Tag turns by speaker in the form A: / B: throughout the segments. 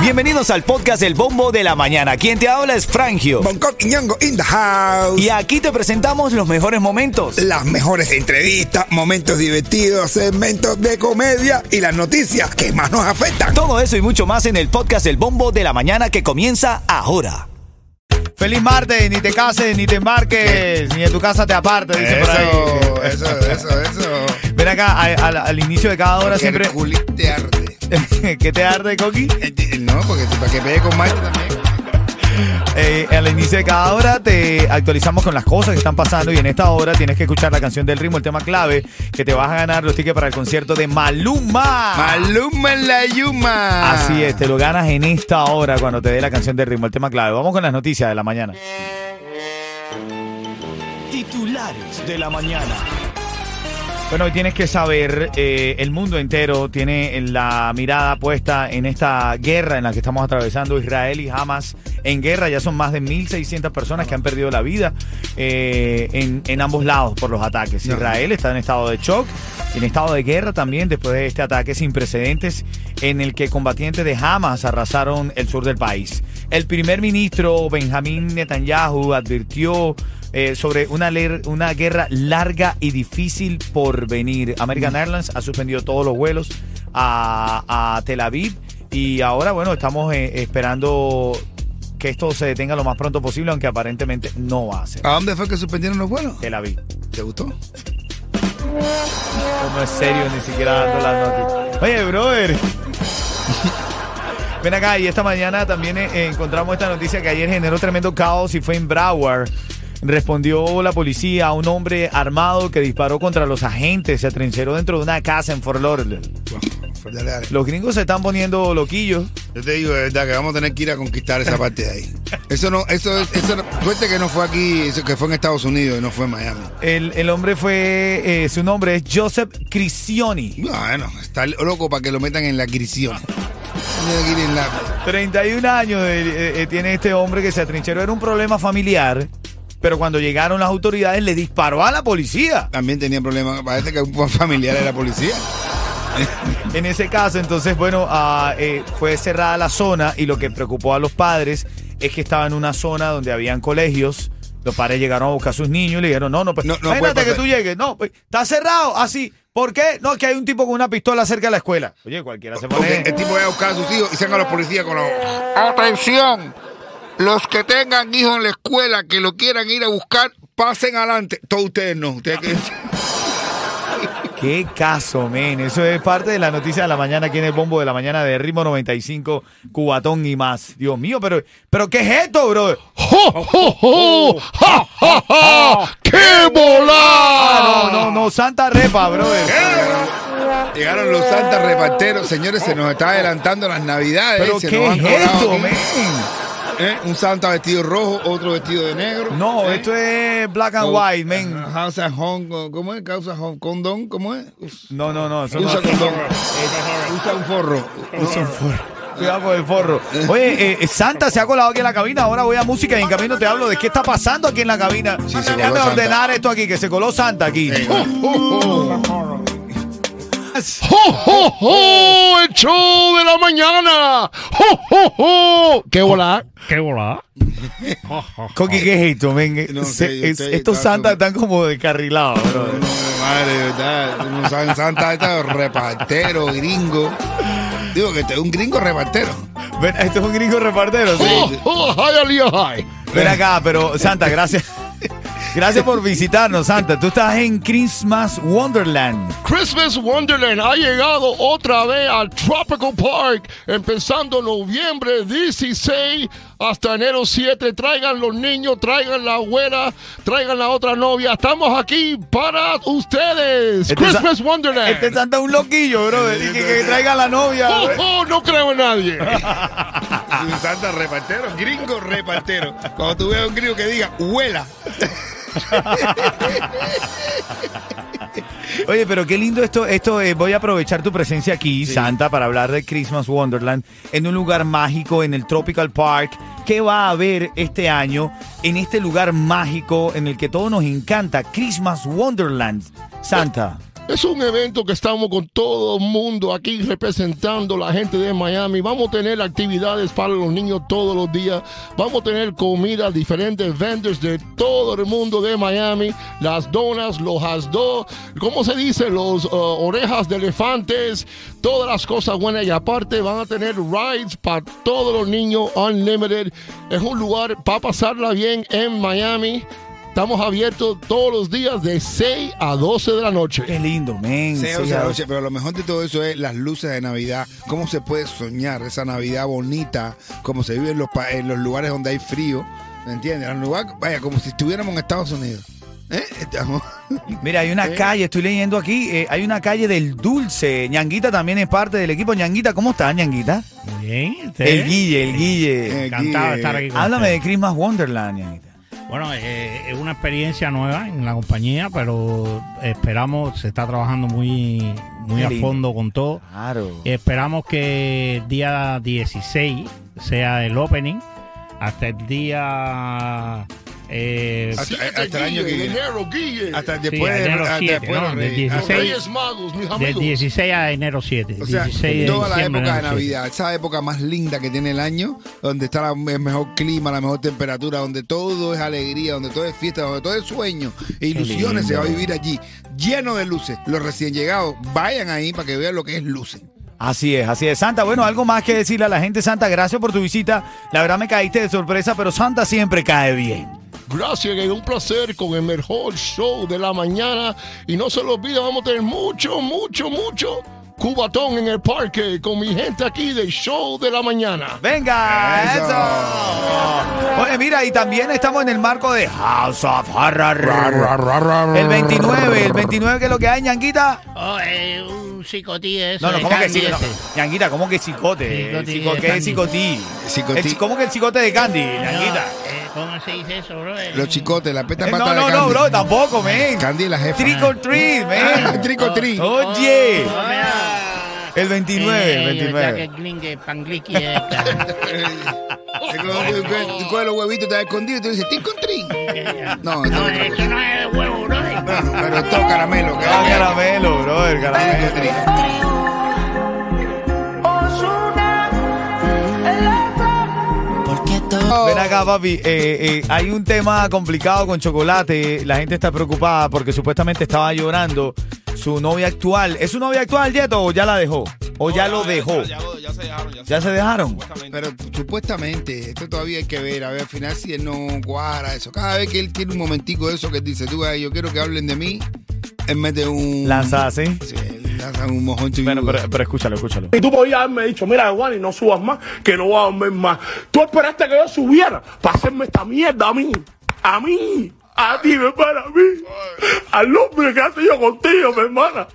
A: Bienvenidos al podcast El Bombo de la Mañana. Quien te habla es Frangio.
B: Bangkok y Ñongo in the house.
A: Y aquí te presentamos los mejores momentos.
B: Las mejores entrevistas, momentos divertidos, segmentos de comedia y las noticias que más nos afectan.
A: Todo eso y mucho más en el podcast El Bombo de la Mañana que comienza ahora. Feliz martes, ni te cases, ni te embarques, ni de tu casa te apartes, dice por ahí.
B: Eso, eso, eso, eso.
A: Ven acá, a- a- al, inicio de cada hora siempre.
B: te arde.
A: ¿Qué te arde, Coqui?
B: Eh, eh, No, porque tú- para que pegue con Marte también.
A: Eh, al inicio de cada hora te actualizamos con las cosas que están pasando y en esta hora tienes que escuchar la canción del ritmo, el tema clave, que te vas a ganar los tickets para el concierto de Maluma.
B: Ah. Maluma en la Yuma.
A: Así es, te lo ganas en esta hora cuando te dé la canción del ritmo, el tema clave. Vamos con las noticias de la mañana. Titulares de la mañana. Bueno, hoy tienes que saber, eh, el mundo entero tiene la mirada puesta en esta guerra en la que estamos atravesando Israel y Hamas. En guerra ya son más de 1.600 personas que han perdido la vida eh, en, en ambos lados por los ataques.
B: No.
A: Israel está en estado de shock, en estado de guerra también después de este ataque sin precedentes en el que combatientes de Hamas arrasaron el sur del país. El primer ministro Benjamín Netanyahu advirtió eh, sobre una, ler- una guerra larga y difícil por venir. American Airlines ha suspendido todos los vuelos a, a Tel Aviv y ahora, bueno, estamos eh, esperando que esto se detenga lo más pronto posible, aunque aparentemente no va a ser.
B: ¿A dónde fue que suspendieron los vuelos?
A: Tel Aviv.
B: ¿Te gustó?
A: No es serio ni siquiera dando las noticias. Oye, brother. Ven acá, y esta mañana también eh, encontramos esta noticia que ayer generó tremendo caos y fue en Broward. Respondió la policía a un hombre armado que disparó contra los agentes. Se atrincheró dentro de una casa en Fort Lauderdale.
B: Bueno, pues fue de la-
A: Los gringos se están poniendo loquillos.
B: Yo te digo de verdad que vamos a tener que ir a conquistar esa parte de ahí. Eso no, eso es, eso no, suerte que no fue aquí, eso que fue en Estados Unidos y no fue en Miami.
A: El, el hombre fue, eh, su nombre es Joseph Crisioni.
B: Bueno, está loco para que lo metan en la prisión. Tiene que ir en la-
A: 31 años eh, eh, tiene este hombre que se atrincheró. Era un problema familiar, pero cuando llegaron las autoridades le disparó a la policía.
B: También tenía problemas, parece que un familiar de la policía.
A: En ese caso, entonces, bueno, ah, eh, fue cerrada la zona y lo que preocupó a los padres es que estaba en una zona donde habían colegios. Los padres llegaron a buscar a sus niños y le dijeron, no, no, pues,
B: No, no
A: imagínate
B: puede
A: que
B: pasar.
A: tú llegues. No, pues, está cerrado, así. ¿Por qué? No, es que hay un tipo con una pistola cerca de la escuela. Oye, cualquiera se
B: Porque
A: pone...
B: el tipo va a buscar a sus hijos y saca a los policías con los. ¡Atención! Los que tengan hijos en la escuela que lo quieran ir a buscar, pasen adelante. Todos ustedes no. Ustedes que-
A: Qué caso, men. Eso es parte de la noticia de la mañana aquí en el bombo de la mañana de Ritmo 95, Cubatón y más. Dios mío, pero, pero ¿qué es esto, bro?
B: Oh, ¡Qué
A: Ah,
B: volá!
A: no, no, no, Santa Repa, bro.
B: Llegaron los santas reparteros. Señores, se nos está adelantando las navidades.
A: Pero
B: se
A: ¿qué
B: nos
A: es
B: han colado
A: esto,
B: aquí.
A: men?
B: Eh, Un santa vestido rojo, otro vestido de negro.
A: No,
B: Eh,
A: esto es black and white, men.
B: Ajá, House and Hong Kong. ¿Cómo es? Causa Hong Condón. ¿Cómo es? Us-
A: No, no, no. Eso no.
B: Usa condón. Usa un forro.
A: Usa un forro. Cuidado con el forro. Oye, eh, eh, Santa se ha colado aquí en la cabina. Ahora voy a música y en camino te hablo de qué está pasando aquí en la cabina.
B: Sí, se coló
A: Déjame
B: Santa.
A: ordenar esto aquí, que se coló Santa aquí.
B: Eh, bueno.
C: ¡Jo, jo, jo! ¡El show de la mañana! ¡Jo, jo, jo! ¡Qué volá! ¡Qué volá!
A: Coqui, ¿qué es esto, men?
B: No
A: Se-
B: sé, yo
A: es-
B: estoy-
A: estos
B: estaba
A: santas
B: súper-
A: están como descarrilados, bro.
B: No, madre, de verdad. No saben santa está repartero, gringo. Digo que este es un gringo repartero.
A: Ven, esto es un gringo repartero, sí.
B: Oh.
C: ¡Jo, jo! ¡Hi, Alía, hi!
A: Ven acá, pero Santa, gracias. Gracias por visitarnos, Santa. Tú estás en Christmas Wonderland.
C: Christmas Wonderland ha llegado otra vez al Tropical Park, empezando noviembre 16 hasta enero 7. Traigan los niños, traigan la abuela, traigan la otra novia. Estamos aquí para ustedes.
A: Este
C: Christmas
A: Sa-
C: Wonderland. Oh.
A: Este Santa es un loquillo, bro. Y que, que traiga a la novia.
C: ¡Jo, jo! No creo en nadie.
B: Es un santa repartero, gringo repartero. Cuando tú veas a un gringo que diga, huela.
A: Oye, pero qué lindo esto. Esto eh, voy a aprovechar tu presencia aquí, Santa, para hablar de Christmas Wonderland en un lugar mágico en el Tropical Park. ¿Qué va a haber este año en este lugar mágico en el que todo nos encanta, Christmas Wonderland, Santa?
C: Es un evento que estamos con todo el mundo aquí representando la gente de Miami. Vamos a tener actividades para los niños todos los días. Vamos a tener comida, diferentes vendors de todo el mundo de Miami. Las donas, los hot dog, ¿cómo se dice? Los uh, orejas de elefantes, todas las cosas buenas. Y aparte van a tener rides para todos los niños unlimited. Es un lugar para pasarla bien en Miami. Estamos abiertos todos los días de 6 a 12 de la noche.
A: Qué lindo, men.
B: Sea, o
A: Sí,
B: sea,
A: a-
B: oye, pero lo mejor de todo eso es las luces de Navidad. ¿Cómo se puede soñar esa Navidad bonita? Como se vive en los, pa- en los lugares donde hay frío. ¿Me entiendes? En lugar, vaya, como si estuviéramos en Estados Unidos. ¿Eh? Estamos-
A: Mira, hay una
B: Eh.
A: calle, estoy leyendo aquí, eh, hay una calle del dulce. Ñanguita también es parte del equipo. Ñanguita, ¿cómo estás, Ñanguita?
D: Muy Bien, ¿usted?
A: El Guille, el Guille.
B: Eh,
D: Encantado de estar aquí con
A: Háblame de
D: usted.
A: Christmas Wonderland, Ñanguita.
D: Bueno, eh, es una experiencia nueva en la compañía, pero esperamos, se está trabajando muy, muy
A: Qué
D: a
A: lindo.
D: fondo con todo.
A: Claro.
D: Y esperamos que el día 16 sea el opening, hasta el día... eh,
B: Hasta-
C: Siete,
B: hasta el año que
C: Guille,
B: viene.
C: enero, Guille.
B: Hasta
D: Sí,
B: después de
D: enero
B: hasta
D: 7,
B: después
D: ¿no?
B: de
D: Del
B: Reyes.
C: Los
D: 16.
C: Reyes Magos, mis
D: del
C: amigos.
D: 16 a enero 7.
B: O sea,
D: 16 de
B: toda la
D: diciembre,
B: época de
D: enero 7.
B: Navidad, esa época más linda que tiene el año, donde está la- el mejor clima, la mejor temperatura, donde todo es alegría, donde todo es fiesta, donde todo es sueño e ilusiones, se va a vivir allí, lleno de luces. Los recién llegados, vayan ahí para que vean lo que es luces.
A: Así es, así es. Santa, bueno, algo más que decirle a la gente, Santa, gracias por tu visita. La verdad me caíste de sorpresa, pero Santa siempre cae bien.
C: Gracias, que es un placer con el mejor show de la mañana. Y no se lo olviden, vamos a tener mucho, mucho, mucho cubatón en el parque con mi gente aquí del show de la mañana.
A: Venga,
B: Eso.
A: eso. Oye, mira, y también estamos en el marco de House of Horror. El
B: El
A: 29, el 29 que es lo que hay, ñanguita.
D: Oh, eh, un psicotí eso.
A: No, no,
D: de
A: ¿cómo que
D: Candy
A: sí? No.
D: ese.
A: Ñanguita, ¿cómo que cicote?
D: este. Cicote,
A: Cico-
D: eh,
A: ¿Qué es
D: Candy.
A: cicotí?
B: Cicotí.
A: El- ¿Cómo que el cicote de Candy, ñanguita?
D: No, eh, ¿Cómo se dice eso, bro? Eh,
B: Los chicotes, la peta
A: Eh,
B: pata
A: No,
B: de
A: no, no,
B: Candy.
A: bro, tampoco, men.
B: Candy la jefa.
A: Trick or treat,
B: Ah,
A: men.
B: trick or treat.
A: Oye.
D: oh, mira.
A: El 29,
D: Eh,
A: 29.
D: verdad que el gringo es pangliqui, eh, cara.
B: Te coge- Tú coges- tú coges los huevitos, estás escondido y tú dices, trick or treat. No, no,
D: No, eso no es huevo, bro.
B: no, pero todo caramelo.
A: Ah,
B: caramelo.
A: caramelo, bro, el
B: Trick
A: caramelo.
B: or treat.
E: Porque todo
A: Ven acá, papi. Eh, eh, hay un tema complicado con chocolate. La gente está preocupada porque supuestamente estaba llorando su novia actual. ¿Es su novia actual, Yeto, o ya la dejó? ¿O ya lo dejó?
F: Ya, lo- ya se dejaron. Ya,
A: ¿Ya se dejaron?
F: supuestamente.
B: Pero supuestamente, esto todavía hay que ver, a ver al final si él no cuadra eso. Cada vez que él tiene un momentico de eso que dice, tú, ay, yo quiero que hablen de mí, él mete un...
A: Lanza así.
B: Sí, él lanza un mojón chivito.
A: Bueno, pero, pero escúchalo, escúchalo.
G: Y tú podías haberme dicho, mira, Giovanni, no subas más, que no vas a dormir más. Tú esperaste que yo subiera para hacerme esta mierda a mí. A mí. A ti, mi hermana, a mí. Al hombre que hace yo contigo, mi hermana.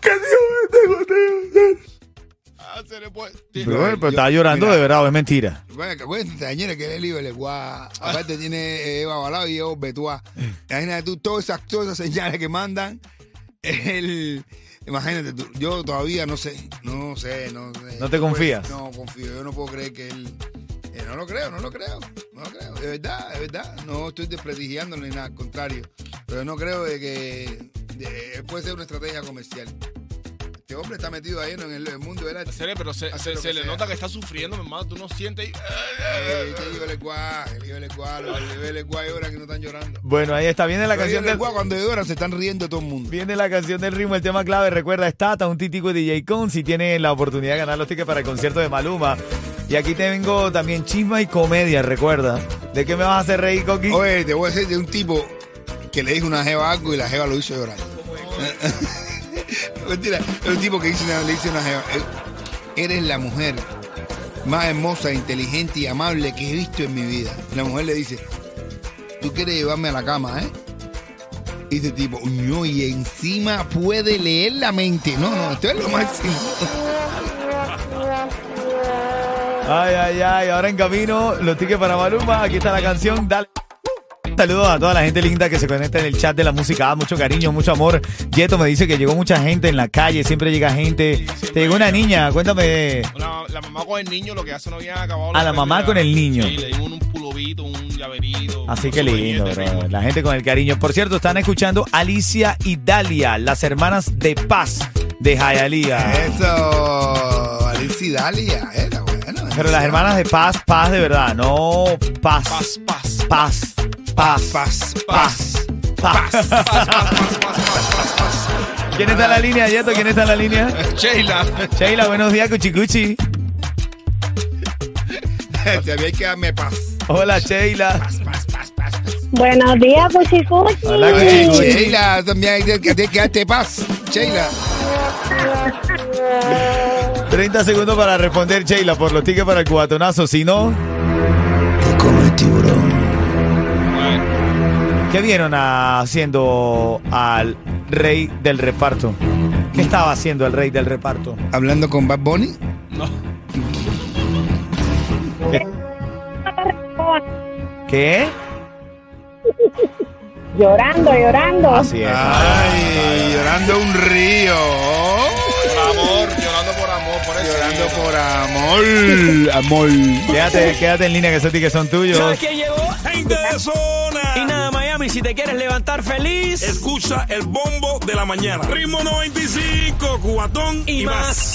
G: Que Dios esté contigo.
F: Ah, se le puede-
A: Pero,
B: Yo-
A: pero estaba llorando
B: eh, mira,
A: de verdad, ¿o es mentira.
B: Bueno, que acuérdate, Daniela, que él es libre, guau. Aparte tiene eh, Eva Balao y Evo Betuá. Imagínate tú, todas esas, todas esas señales que mandan, él... Imagínate tú, yo todavía no sé, no sé, no sé. pues,
A: ¿No te confías?
B: No, confío, yo no puedo creer que él... eh, no lo creo, no lo creo, no lo creo. Es verdad, es verdad, no estoy desprestigiando ni nada, al contrario. Pero no creo de que de- puede ser una estrategia comercial. Este hombre está metido ahí en el, el mundo del arte.
F: Se le- pero se,
B: Hace
F: se-
B: lo
F: se
B: Ah, que
F: le
B: sea.
F: nota que está sufriendo, mi hermano. Tú no sientes. ahí-
B: Eh, Te digo el lenguaje, te digo el lenguaje, los del lenguaje lloran que no están llorando.
A: Bueno, ahí está. Viene la
B: Los del
A: canción del,
B: lenguaje cuando lloran se están riendo todo el mundo.
A: viene la canción del ritmo, el tema clave. Recuerda, Stata, un títico de DJ Con. Si tiene la oportunidad de ganar los tickets para el concierto de Maluma. Y aquí tengo también chisma y comedia, recuerda. ¿De qué me vas a hacer reír, Coqui?
B: Oye, te voy a decir de un tipo que le dijo una jeva algo y la jeva lo hizo llorar. Mentira, es un tipo que dice una- le dice una jeva, eh, eres la mujer más hermosa, inteligente y amable que he visto en mi vida. Y la mujer le dice, tú quieres llevarme a la cama, ¿eh? Y dice tipo, no, y encima puede leer la mente. No, no, esto es lo máximo.
A: Ay, ay, ay. Ahora en camino, los tickets para Maluma. Aquí está la canción. Dale. Saludos a toda la gente linda que se conecta en el chat de la música. Ah, mucho cariño, mucho amor. Yeto me dice que llegó mucha gente en la calle, siempre llega gente. Te llegó una niña, cuéntame.
F: La, la mamá con el niño, lo que hace no había acabado.
A: Ah, la mamá con el niño.
F: Sí, le dimos un pulovito, un llaverito.
A: Así
F: un
A: que
F: souvenir
A: lindo,
F: de
A: bro.
F: ritmo.
A: La gente con el cariño. Por cierto, están escuchando Alicia y Dalia, las hermanas de paz de Jayalía.
B: Eso, Alicia Dalia, era bueno.
A: Pero las hermanas de paz, paz de verdad, no paz.
F: Paz, paz.
A: Paz, paz, paz, paz, paz.
F: Paz, paz, paz, paz, paz, paz,
A: ¿Quién está en la línea, Yeto? ¿Quién está en la línea?
F: paz. Sheila.
A: Sheila, buenos días, Cuchicuchi.
B: Te había que darme paz.
A: Hola, Sheila.
B: Paz, paz, paz, paz.
H: Buenos días, pues, Cuchicuchi.
A: Hola,
B: Oye,
A: Cuchicuchi.
B: Sheila, también hay que tienes que darte paz. Sheila.
A: 30 segundos para responder, Sheila, por los tickets para el cubatonazo. Si no,
B: Come tiburón.
A: ¿qué vieron ah, haciendo al rey del reparto? ¿Qué estaba haciendo el rey del reparto?
B: Hablando con Bad Bunny.
A: ¿Qué?
H: Llorando, llorando.
A: Así es.
B: Ah. Ay, llorando un río.
F: Por amor, llorando por amor, por eso.
B: Llorando por amor. Amor.
A: Quédate, quédate en línea que esos tickets son tuyos.
I: ¿Sabes quién llegó?
J: Gente de zona.
I: Y nada, Miami, si te quieres levantar feliz
J: Escucha el bombo de la mañana. Ritmo 95, cubatón y,
I: y más.